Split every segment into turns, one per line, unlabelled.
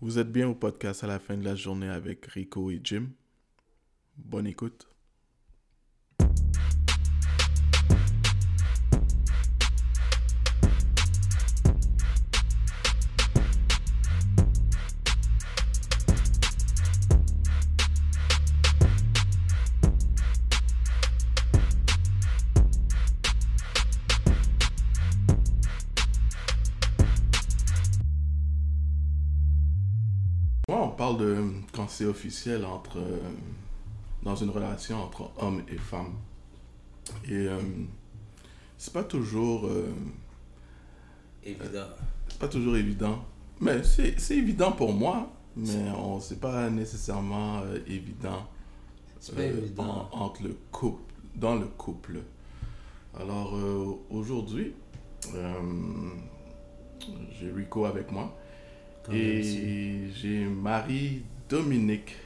Vous êtes bien au podcast à la fin de la journée avec Rico et Jim. Bonne écoute. Ouais, on parle de quand c'est officiel entre euh, dans une relation entre homme et femme. Et euh, c'est pas toujours euh,
Évident.
c'est pas toujours évident. Mais c'est c'est évident pour moi, mais on c'est pas nécessairement euh, évident
C'est pas
euh,
évident.
en- entre le couple, dans le couple. Alors euh, aujourd'hui, euh, j'ai Rico avec moi
Quand même, c'est-
et j'ai Marie Dominique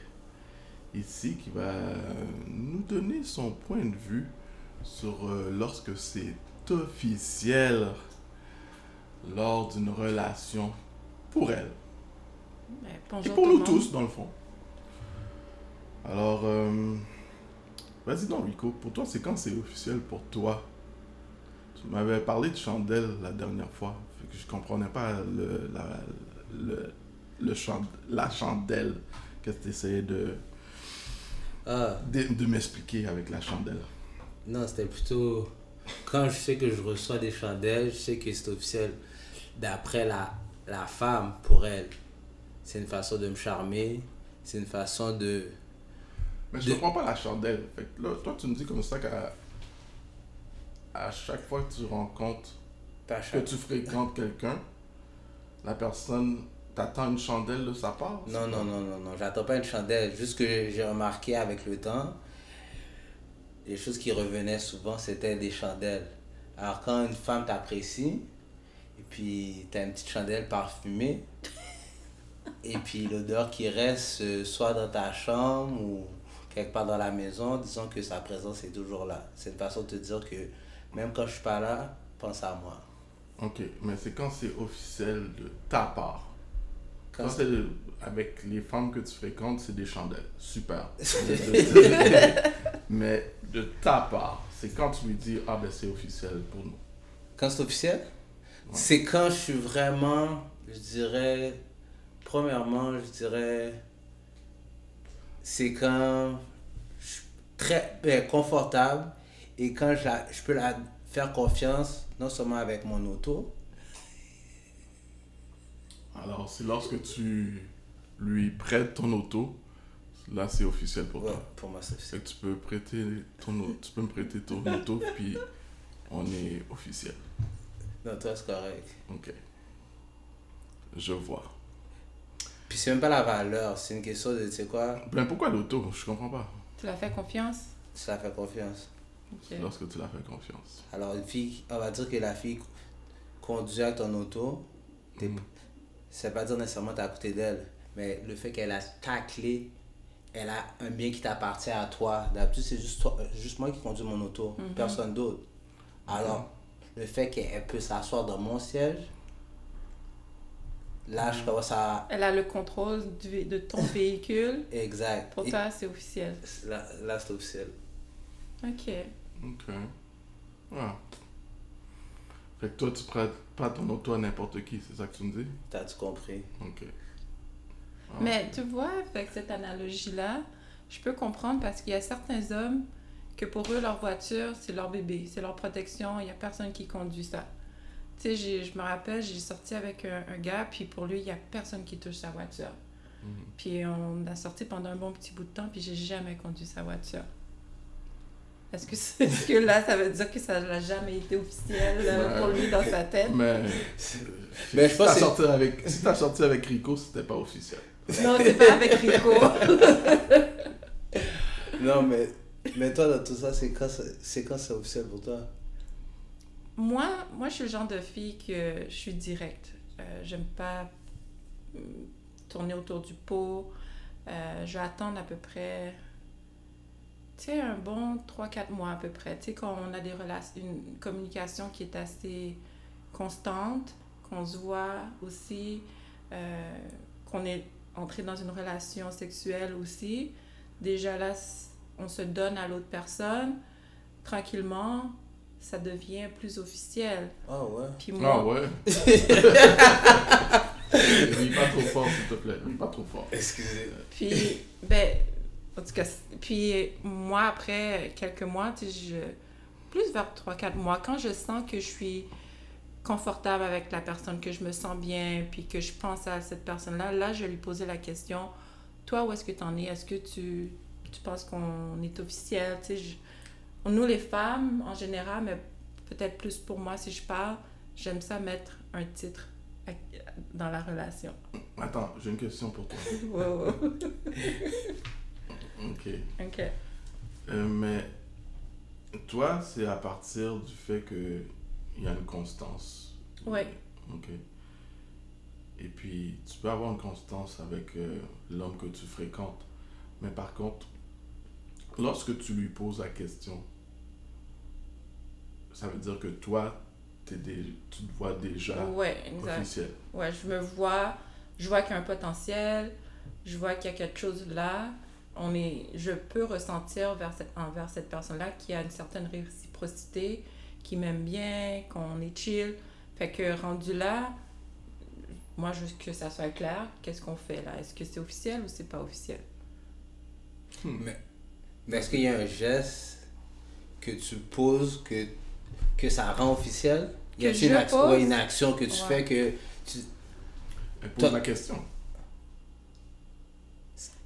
ici qui va nous donner son point de vue sur euh, lorsque c'est officiel lors d'une relation pour elle
Ben,
et
bonjour
pour
tout
nous
le monde.
tous dans le fond. Alors, euh, vas-y donc Rico, pour toi c'est quand c'est officiel pour toi Tu m'avais parlé de chandelle la dernière fois, fait que je comprenais pas le, la, le, le chan- la chandelle. Qu'est-ce que tu essayais de,
Ah,
de, de m'expliquer avec la chandelle
non, c'était plutôt. Quand je sais que je reçois des chandelles, je sais que c'est officiel. D'après la, la femme, pour elle, c'est une façon de me charmer. C'est une façon de.
Mais je
Des-
comprends pas la chandelle. Fait que là, toi tu me dis comme ça qu'à à chaque fois que tu rencontres
Pas
que
charmer.
tu fréquentes quelqu'un, la personne t'attend une chandelle de sa part.
Non, non, non, non, non, j'attends pas une chandelle. Juste que j'ai remarqué avec le temps, les choses qui revenaient souvent, c'était des chandelles. Alors quand une femme t'apprécie, et puis t'as une petite chandelle parfumée, et puis l'odeur qui reste, euh, soit dans ta chambre ou quelque part dans la maison, disons que sa présence est toujours là. C'est une façon de te dire que même quand je suis pas là, pense à moi.
Ok, mais c'est quand c'est officiel de ta part.
Quand
Quand
c'est-
c'est de- avec les femmes que tu fréquentes, c'est des chandelles. Super. mais de ta part, c'est quand tu lui dis Ah ben c'est officiel pour nous.
Quand c'est officiel C'est quand je suis vraiment, je dirais, premièrement, je dirais, c'est quand je suis très ben, confortable et quand je, la- je peux la faire confiance, non seulement avec mon auto,
Alors c'est lorsque tu lui prêtes ton auto, là c'est officiel pour
ouais,
toi.
pour moi c'est
C'est
officiel.
que tu peux prêter ton au- tu peux me prêter ton auto puis on est officiel.
Non, toi c'est correct.
Ok. Je vois.
Puis c'est même pas la valeur, c'est une question de, tu sais quoi,
Ben pourquoi l'auto Je comprends pas.
Tu l'as fait confiance
tu la fais confiance.
Ok.
Lorsque tu l'as fait confiance.
Alors une fille, on va dire que la fille conduit avec ton auto, t'es-
Mhm.
ça veut pas dire nécessairement que t'es à côté d'elle, mais le fait qu'elle a ta clé, elle a un bien qui t'appartient à toi. D'habitude, c'est juste, toi- euh, juste moi qui conduis mon auto,
Mhm.
personne d'autre. Alors, le fait qu'elle peut s'asseoir dans mon siège, là,
Mhm.
je commence à...
Elle a le contrôle du- de ton véhicule.
Exact.
Pour
Et-
toi, c'est officiel.
Là, là, c'est officiel.
Ok.
Ok. Ouais. Fait que toi, tu prêtes pas ton auto à n'importe qui, c'est ça que tu me dis
T'as tout compris.
Ok. Ah.
Mais tu vois, avec cette analogie-là, je peux comprendre parce qu'il y a certains hommes que pour eux, leur voiture, c'est leur bébé, c'est leur protection, il n'y a personne qui conduit ça. Tu sais, j'ai- je me rappelle, j'ai sorti avec un, un gars, puis pour lui, il n'y a personne qui touche sa voiture.
Mhm.
Puis on a sorti pendant un bon petit bout de temps, puis j'ai jamais conduit sa voiture. Est-ce que, c'est- est-ce que là, ça veut dire que ça n'a jamais été officiel euh, pour lui dans sa tête?
Mais.
euh,
euh,
Mais ben, je
si
pense
t'as
que-
sorti avec Si t'as sorti avec Rico, c'était pas officiel.
Non, c'est pas avec Rico.
Non, mais, mais toi, dans tout ça, c'est quand c'est c'est quand c'est officiel pour toi?
Moi, moi, je suis le genre de fille que je suis directe. Euh, J'aime pas euh, tourner autour du pot. Euh, je vais attendre à peu près, tu sais, un bon 3-4 mois à peu près. Tu sais, quand on a des relations, une communication qui est assez constante, qu'on se voit aussi, euh, qu'on qu'on est entré dans une relation sexuelle aussi, déjà là, c- on se donne à l'autre personne. Tranquillement, ça devient plus officiel.
Ah ouais.
Puis
Ah
moi,
ouais. Ris pas trop fort, s'il te plaît. Ris pas trop fort.
Excusez.
puis, ben, en tout cas, c- puis moi, après quelques mois, tu sais, je- plus vers 3-4 mois, quand je sens que je suis confortable avec la personne, que je me sens bien, puis que je pense à cette personne-là, là, je vais lui posais la question, toi, où est-ce que tu en es? Est-ce que tu, tu penses qu'on est officiel? Tu sais, je- nous, les femmes, en général, mais peut-être plus pour moi, si je parle, j'aime ça mettre un titre à- dans la relation.
Attends, j'ai une question pour toi.
Wow.
Ok.
OK.
Euh, mais toi, c'est à partir du fait que il y a une constance.
Ouais.
Ok. Et puis, tu peux avoir une constance avec euh, l'homme que tu fréquentes. Mais par contre, lorsque tu lui poses la question, ça veut dire que toi, t'es des, tu te vois déjà
Ouais, exact.
officiel.
Ouais, je me vois, je vois qu'il y a un potentiel, je vois qu'il y a quelque chose là. On est, je peux ressentir vers cette, envers cette personne-là qui a une certaine réciprocité, qui m'aime bien, qu'on est chill. Fait que rendu là, moi, je veux que ça soit clair, qu'est-ce qu'on fait là? Est-ce que c'est officiel ou c'est pas officiel?
Mais Ben, est-ce qu'il y a un geste que tu poses que, que ça rend officiel Y
Que
a-t-il
je
une, action-
pose?
ouais, une action que tu
Ouais.
fais que. Tu...
Elle pose
Toi-
la question.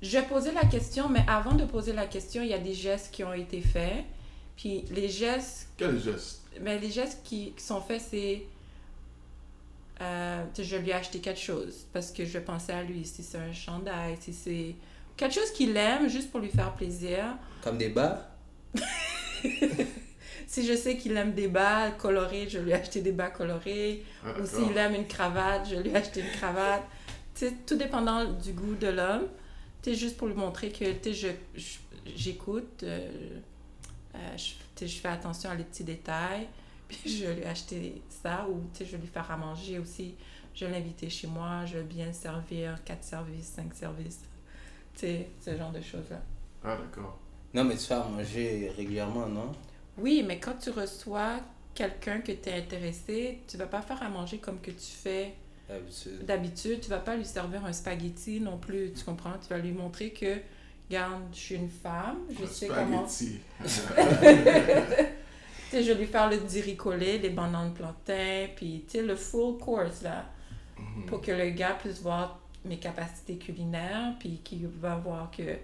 Je vais poser la question, mais avant de poser la question, il y a des gestes qui ont été faits. Puis les gestes
Quel geste
Mais les gestes qui, qui sont faits, c'est. euh, tu sais, je lui ai acheté quelque chose parce que je pensais à lui. Si c'est un chandail, si c'est. Quelque chose qu'il aime juste pour lui faire plaisir.
Comme des bars
Si je sais qu'il aime des bas colorés, je lui ai acheté des bas colorés.
Ah,
Ou
d'accord.
s'il aime une cravate, je lui ai acheté une cravate. Tu sais, tout dépendant du goût de l'homme. Tu sais, juste pour lui montrer que, tu sais, je- je- j'écoute, euh, euh, je, tu sais, je fais attention à les petits détails. Puis je lui ai acheté ça ou, tu sais, je vais lui faire à manger aussi. Je vais l'inviter chez moi, je vais bien le servir, quatre services, cinq services. Tu sais, ce genre de choses-là.
Ah, d'accord.
Non, mais tu fais à manger régulièrement, non
Oui, mais quand tu reçois quelqu'un que tu es intéressé, tu vas pas faire à manger comme que tu fais
D'habitude.
D'habitude, tu vas pas lui servir un spaghetti non plus, tu comprends? Tu vas lui montrer que, regarde, je suis une femme, je
Un
sais comment. Tu
spaghetti.
sais, je vais lui faire le diricolé, les bananes plantain, puis tu sais, le full course là,
Mhm.
pour que le gars puisse voir mes capacités culinaires, puis qu'il va voir que,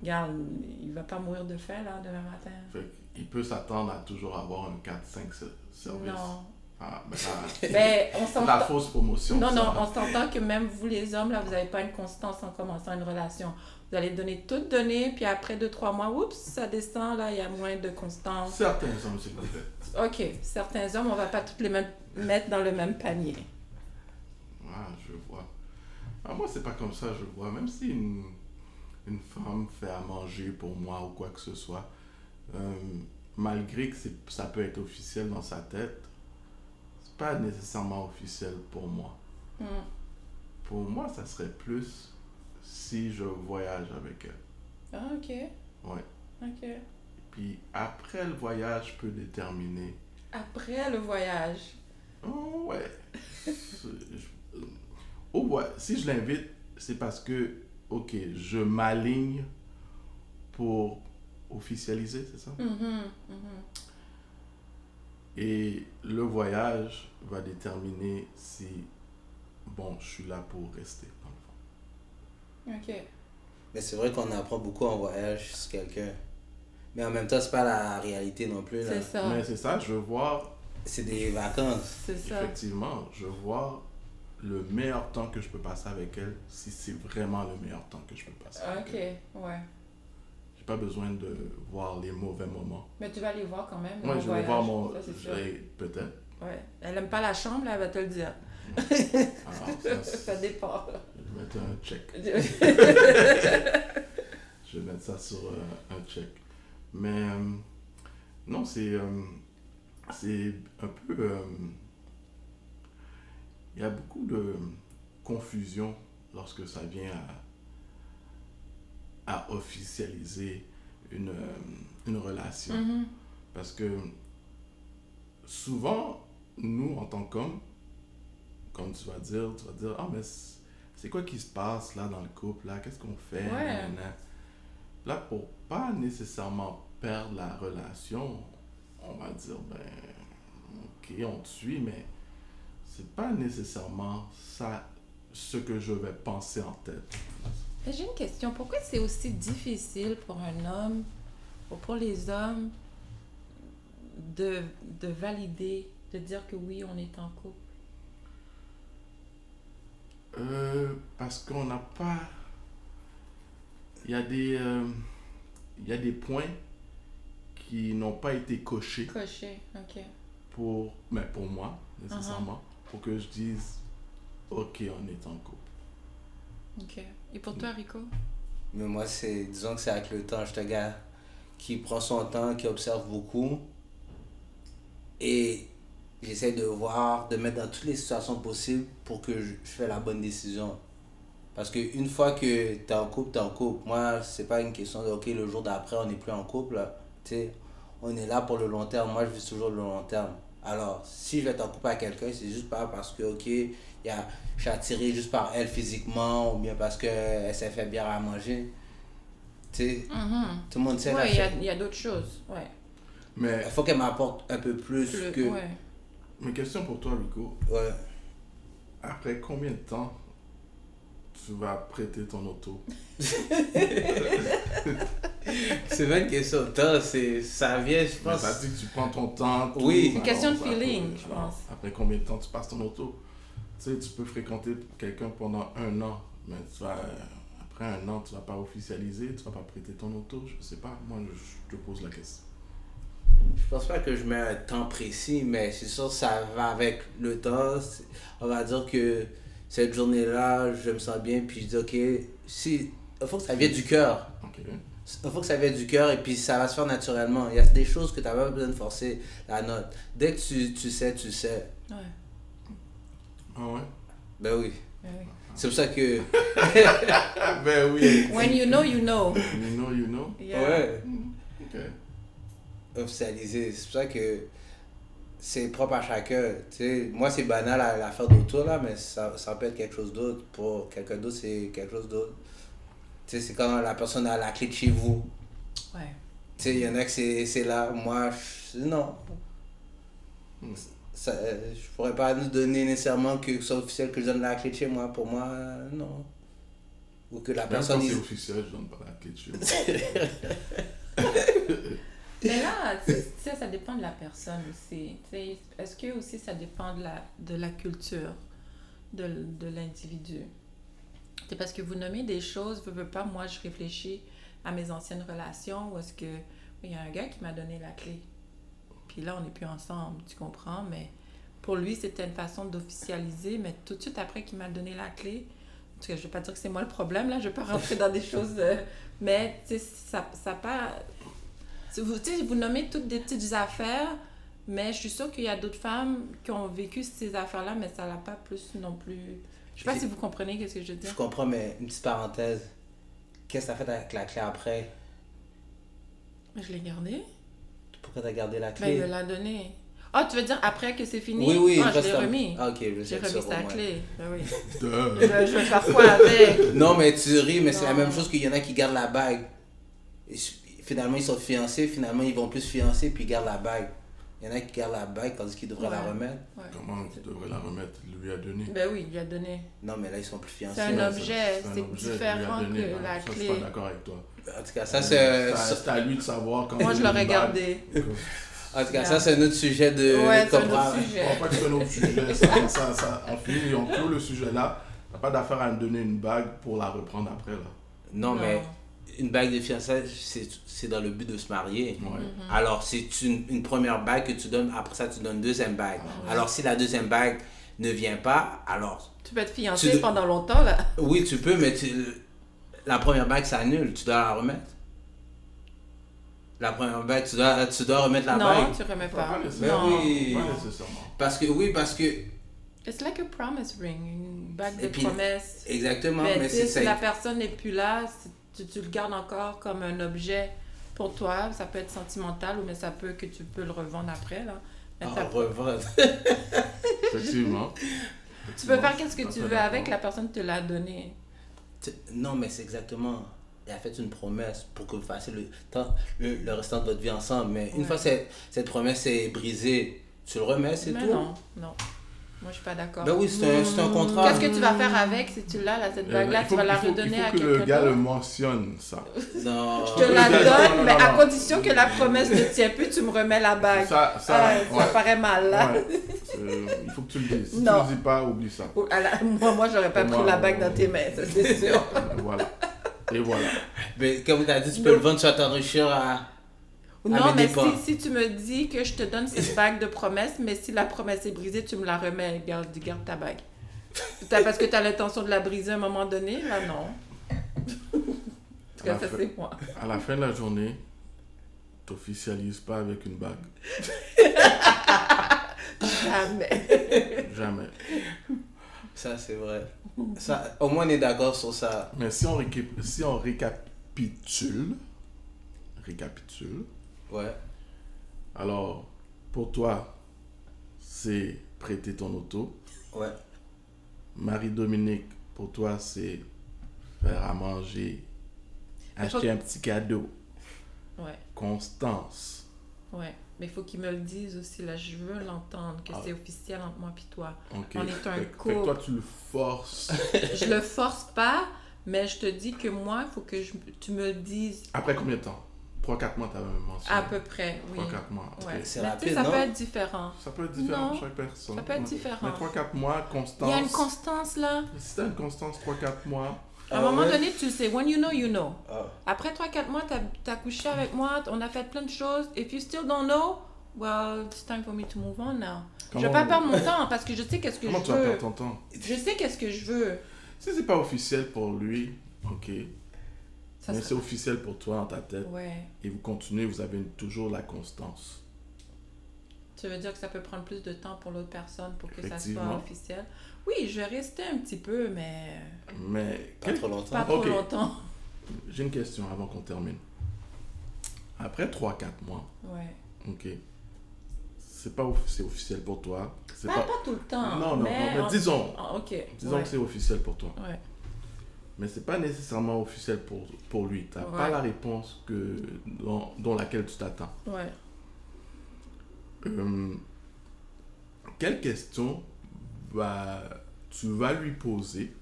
regarde, il va pas mourir de faim là demain matin.
Fait qu'il peut s'attendre à toujours avoir un 4-5 se- service.
Non.
Ah, mais ça-
Ben, on
la
s'entend.
fausse promotion.
Non,
ça.
non, on s'entend que même vous, les hommes, là, vous n'avez pas une constance en commençant une relation. Vous allez donner toute donnée, puis après deux, trois mois, oups, ça descend, là, il y a moins de constance.
Certains hommes, c'est le fait.
OK, certains hommes, on va pas toutes les mêmes, mettre dans le même panier.
Ah, je vois. Ah, moi, c'est pas comme ça, je vois. Même si une, une femme fait à manger pour moi ou quoi que ce soit, euh, malgré que c'est- ça peut être officiel dans sa tête, c'est pas nécessairement officiel pour moi.
Hmm.
Pour moi, ça serait plus si je voyage avec elle.
Ah, OK.
Ouais.
OK.
Puis après le voyage, je peux déterminer
Après le voyage.
Oh, ouais. C'est- je- Oh, ouais. Si je l'invite, c'est parce que, ok, je m'aligne pour officialiser, c'est ça?
Mhm, mhm.
Et le voyage va déterminer si, bon, je suis là pour rester. dans le fond.
OK.
Mais c'est vrai qu'on apprend beaucoup en voyage sur quelqu'un. Mais en même temps, c'est pas la réalité non plus. là.
C'est ça.
Mais c'est ça, je veux voir,
C'est des vacances.
C'est ça.
effectivement, je veux voir le meilleur temps que je peux passer avec elle, si c'est vraiment le meilleur temps que je peux passer avec
OK,
elle.
ouais.
J'ai pas besoin de voir les mauvais moments.
Mais tu vas les voir quand même.
Moi,
en
je vais voir
voyage,
mon...
ça, c'est sûr.
j'ai- Peut-être.
Ouais. Elle aime pas la chambre, là, elle va te le dire.
Alors, ça,
Ça
c'est-
dépend.
je vais mettre un check. Je vais mettre ça sur euh, un check. Mais euh, non, c'est euh, c'est un peu. euh, Il y a beaucoup de confusion lorsque ça vient à, à officialiser une, euh, une relation.
Mhm.
Parce que souvent, nous, en tant qu'hommes, comme tu vas dire, tu vas dire, ah, mais c'est c'est quoi qui se passe là dans le couple, là, qu'est-ce qu'on fait?
Ouais.
nanana. Là, pour pas nécessairement perdre la relation, on va dire, ben, ok, on te suit, mais c'est pas nécessairement ça, ce que je vais penser en tête.
Mais J'ai une question. Pourquoi c'est aussi difficile pour un homme ou pour les hommes de, de valider, de dire que oui, on est en couple?
Euh, parce qu'on n'a pas. Il y a des. euh, Il y a des points qui n'ont pas été cochés
Coché, ok.
pour. Mais pour moi, nécessairement. Pour que je dise, OK, on est en couple.
ok. Et pour toi, Rico?
Mais moi, c'est, disons que c'est avec le temps, je te gars qui prend son temps, qui observe beaucoup. Et j'essaie de voir, de mettre dans toutes les situations possibles pour que je, je fais la bonne décision. Parce que une fois que t'es en couple, t'es en couple. Moi, c'est pas une question de, OK, le jour d'après, on n'est plus en couple. Tu sais, on est là pour le long terme. Moi, je vis toujours le long terme. Alors, si je vais être en couple à quelqu'un, c'est juste pas parce que, OK, il y a, je suis attiré juste par elle physiquement ou bien parce qu'elle s'est fait bien à manger. Tu sais, tout le monde sait la
Mm-hmm. Ouais, il y a,
chose.
il y a d'autres choses. Ouais.
Mais
Il faut qu'elle m'apporte un peu plus
Le-
que.
ouais.
mes questions pour toi, Rico,
Ouais.
après combien de temps tu vas prêter ton auto
C'est pas une question de temps, c'est, ça vient, je
Mais
pense.
T'as dit que tu prends ton temps. tout.
Oui.
Alors,
Une question de
après-
feeling, je
alors,
pense.
Après combien de temps tu passes ton auto Tu sais, tu peux fréquenter quelqu'un pendant un an, mais tu vas, euh, après un an, tu vas pas officialiser, tu vas pas prêter ton auto, je sais pas. Moi, je- je te pose la question.
Je pense pas que je mets un temps précis, mais c'est sûr ça va avec le temps. C'est- On va dire que cette journée-là, je me sens bien, puis je dis, ok, si. Il faut que ça vienne du cœur.
Ok.
Il faut que ça vienne du cœur et puis ça va se faire naturellement. Il y a des choses que tu n'as pas besoin de forcer la note. Dès que tu, tu sais, tu sais.
Ouais.
Ah ouais
Ben oui.
ouais, ouais.
C'est pour ça que.
Ah ben oui
When you know, you know.
You know, you know
Yeah.
Ouais.
Ok.
officialisé. C'est pour ça que c'est propre à chacun. Tu sais, moi, c'est banal à l'affaire d'auto, là, mais ça, ça peut être quelque chose d'autre. Pour quelqu'un d'autre, c'est quelque chose d'autre. Tu sais, c'est quand la personne a la clé de chez vous.
Ouais.
Tu sais, il y en a que c'est c'est là. Moi, je- non.
Hmm.
Ça, euh, je pourrais pas nous donner nécessairement que ce soit officiel que je donne la clé de chez moi. Pour moi, euh, non. Ou que la
Même
personne...
quand c'est
dise-
officiel, je donne pas la clé de chez moi.
Mais là, tu sais, ça, ça dépend de la personne aussi. Tu sais, Est-ce que aussi ça dépend de la, de la culture de, l- de l'individu? C'est parce que vous nommez des choses, veux, veux pas, moi je réfléchis à mes anciennes relations où est-ce que il y a un gars qui m'a donné la clé. Puis là, on n'est plus ensemble, tu comprends? Mais pour lui, c'était une façon d'officialiser, mais tout de suite après qu'il m'a donné la clé, en tout cas, je vais pas dire que c'est moi le problème, là, je vais pas rentrer dans des choses, euh, mais tu sais, ça, ça pas, si Vous, tu sais, vous nommez toutes des petites affaires, mais je suis sûre qu'il y a d'autres femmes qui ont vécu ces affaires-là, mais ça l'a pas plus non plus. Je sais pas
J'ai-
si vous comprenez ce que je veux
Je
dire.
comprends, mais une petite parenthèse. Qu'est-ce que t'as fait avec la clé après?
Je l'ai gardé.
Pourquoi t'as gardé la
Ben,
clé?
il me l'a donné. Ah, tu veux dire après que c'est fini?
Oui, oui,
Ah, je
parce
l'ai
que-
remis.
Ah, ok, je
J'ai
sais que
remis
ça,
sa
au moins.
clé. Ben oui. je,
Duh.
je vais faire quoi avec?
Non, mais tu ris, mais c'est la
Non.
même chose qu'il y en a qui gardent la bague. Et s- finalement, ils sont fiancés, finalement, ils vont plus se fiancer, puis ils gardent la bague. Il y en a qui gardent la bague tandis qu'ils devraient la
Ouais.
remettre.
Ouais.
Comment tu devrais la remettre Il Lui a donné.
Ben oui, il lui a donné.
Non, mais là, ils sont plus fiancés.
C'est un
Ouais,
objet,
ça-
c'est
un objet, il lui a
différent
donné.
que
Ah,
la
ça, Je suis
clé.
pas d'accord avec toi.
En tout cas, ça, c'est. euh,
Ça,
ça-
c'est à lui de savoir quand
Moi,
il
je
a
l'aurais
une bague.
gardé.
En tout cas, ça, c'est un autre sujet de.
Ouais, c'est un
comprendre.
autre
Je
sujet.
crois pas que c'est un autre sujet. Ça, ça, ça, on finit, on clôt le sujet là. T'as pas d'affaire à me donner une bague pour la reprendre après là.
Non, mais une bague de fiançailles, c'est c'est dans le but de se marier.
Ouais.
Mm-hmm.
Alors, c'est une, une première bague que tu donnes, après ça, tu donnes une deuxième bague.
Ah
Alors, si la deuxième bague ne vient pas, alors,
Tu peux être fiancé
Tu-
pendant longtemps, là.
oui, tu peux, mais tu- la première bague s'annule, tu dois la remettre. La première bague, tu dois, tu dois remettre la
non,
bague.
tu remets pas.
Pas
non.
nécessairement.
Ben oui.
Pas nécessairement.
Parce que, oui, parce que
It's like a promise ring, une bague
Et
de
puis,
promesses.
Exactement,
Mais,
mais,
tu sais,
c'est
si la
ça.
personne n'est plus là, si tu, tu le gardes encore comme un objet pour toi. Ça peut être sentimental, ou mais ça peut que tu peux le revendre après. Là. Mais
En
t'as-
revanche,
Effectivement.
tu peux faire qu'est-ce que
Ah,
tu
ça,
veux avec, la
d'accord.
personne te l'a donné.
tu- non, mais c'est exactement. Elle a fait une promesse pour que vous fassiez le, temps, le, le restant de votre vie ensemble. Mais une
Ouais.
fois cette, cette promesse est brisée, tu le remets, c'est
Mais
tout.
non, non. Moi, je suis pas d'accord.
Ben oui, c'est un, c'est un contrat.
Qu'est-ce que tu vas faire avec si tu l'as, là, cette
Euh,
bague-là?
il
Tu
faut-
vas la
il faut-
redonner
Il
à
faut que le
quelqu'un
gars le
d'autre?
mentionne, ça.
Non.
Je te la
Non, non,
donne,
non,
mais
non,
à
non.
condition que la promesse ne tient plus, tu me remets la bague.
Ça, ça,
Ah,
ouais.
ça paraît mal, là.
Ouais. Euh, il faut que tu le dises. Si
Non.
tu le dis pas, oublie ça.
Ou à la- Moi, moi j'aurais pas
Moi,
pris la
euh,
bague dans tes mains, ça, c'est sûr.
Voilà. Et voilà.
Mais comme tu as dit, tu
Non.
peux le vendre, tu vas t'enrichir à.
Non, mais
mes dépens.
si, si tu me dis que je te donne cette bague de promesse, mais si la promesse est brisée, tu me la remets, garde, garde ta bague. T'as- Parce que tu as l'intention de la briser à un moment donné, là, non. En tout cas, ça, c'est moi.
À la fin de la journée, t'officialises pas avec une bague.
Jamais.
Jamais.
Ça, c'est vrai. Ça, au moins, on est d'accord sur ça.
Mais si on, récap- si on récapitule, récapitule,
Ouais.
alors pour toi, c'est prêter ton auto.
Ouais.
Marie-Dominique, pour toi, c'est faire à manger, acheter un petit cadeau.
Ouais,
Constance,
ouais. Mais il faut qu'ils me le disent aussi, là. Je veux l'entendre, que
Ah.
c'est officiel entre moi et toi.
ok.
On est un
Fait- fait que
couple.
toi, tu le forces.
Je le force pas, mais je te dis que moi, il faut que je- tu me le dises
Après combien de temps 3-4 mois, t'avais mentionné.
à peu près, oui.
3-4 mois. ok.
Ouais.
C'est
Mais tu sais,
rapide,
ça peut
non?
être différent.
Ça peut être différent
Non,
pour chaque personne.
ça peut être
Ouais.
différent.
Mais 3-4 mois,
Il
constance.
y a une constance, là.
Si t'as une constance 3-4 mois,
À un
Ah
moment
Euh,
ouais?
donné, tu le sais. When you know, you know.
Ah.
Après 3-4 mois, t'as as couché avec moi, on a fait plein de choses. If you still don't know, well, it's time for me to move on now. je vais
Comment-
pas perdre mon temps parce que je sais qu'est-ce que
comment
je
tu vas
veux.
perdre ton temps
Je sais qu'est-ce que je veux.
Si c'est pas officiel pour lui, ok.
Ça
Mais
sera-
c'est officiel pour toi dans ta tête.
Ouais.
Et vous continuez, vous avez toujours la constance.
Ça veut dire que ça peut prendre plus de temps pour l'autre personne pour que ça soit
Effectivement.
officiel. Oui, je vais rester un petit peu, mais
Mais
Pas
quel-
trop
pas
longtemps.
trop
Ok.
longtemps.
j'ai une question avant qu'on termine. Après 3-4 mois,
Ouais.
ok. C'est pas off- c'est officiel pour toi. C'est
Pas,
pas...
pas tout le temps.
Non, non, non,
mais
mais
en-
disons.
en- Ok.
Disons
ouais.
que c'est officiel pour toi.
Ouais.
Mais c'est pas nécessairement officiel pour, pour lui. T'as
Ouais.
pas la réponse que, dans, dans laquelle tu t'attends.
Ouais.
Euh, quelle question va- tu vas lui poser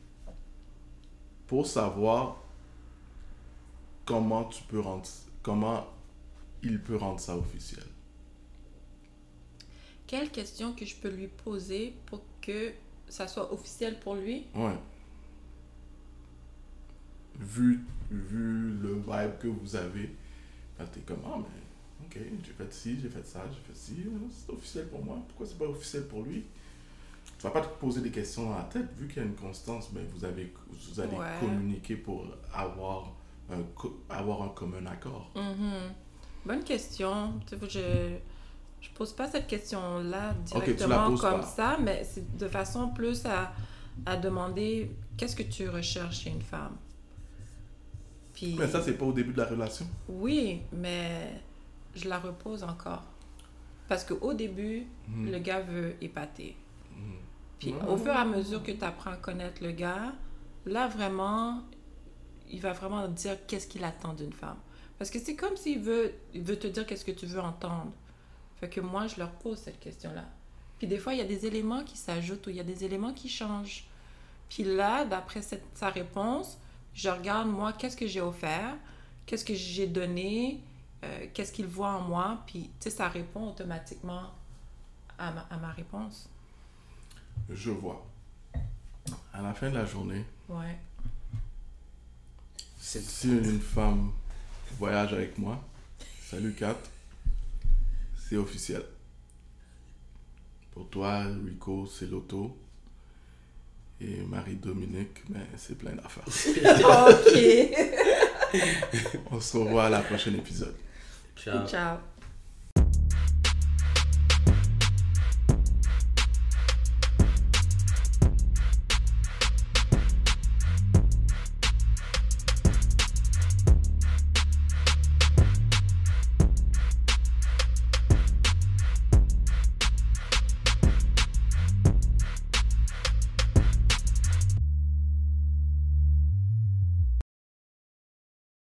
pour savoir comment tu peux rendre comment il peut rendre ça officiel.
Quelle question que je peux lui poser pour que ça soit officiel pour lui?
Ouais. Vu, vu le vibe que vous avez, ben, t'es comme ah mais ok j'ai fait ci, j'ai fait ça, j'ai fait ci, euh, c'est officiel pour moi. Pourquoi c'est pas officiel pour lui? Tu vas pas te poser des questions dans la tête vu qu'il y a une constance, mais vous avez vous allez
Ouais.
communiquer pour avoir un co- avoir un commun accord. Mm-hmm.
Mhm. Bonne question. Tu vois, je je pose pas cette question-là
Ok, tu la
directement
poses
comme
pas.
ça, mais c'est de façon plus à, à demander qu'est-ce que tu recherches chez une femme. Puis
Mais ça c'est pas au début de la relation.
oui, mais je la repose encore parce que au début,
Mhm.
le gars veut épater.
Mhm.
Puis
Ouais.
au fur et à mesure que tu apprends à connaître le gars, là vraiment, il va vraiment dire qu'est-ce qu'il attend d'une femme. Parce que c'est comme s'il veut, il veut te dire qu'est-ce que tu veux entendre. Fait que moi, je leur pose cette question-là. Puis des fois, il y a des éléments qui s'ajoutent ou il y a des éléments qui changent. Puis là, d'après cette- sa réponse, je regarde moi, qu'est-ce que j'ai offert, qu'est-ce que j'ai donné, euh, qu'est-ce qu'il voit en moi. Puis, tu sais, ça répond automatiquement à ma, à ma réponse.
Je vois. À la fin de la journée,
Ouais.
C'est
Si une femme voyage avec moi, salut Kat, c'est officiel. Pour toi, Rico, c'est l'auto. Et Marie-Dominique, ben, c'est plein d'affaires.
Ok.
On se revoit à la prochaine épisode.
Ciao.
Ciao.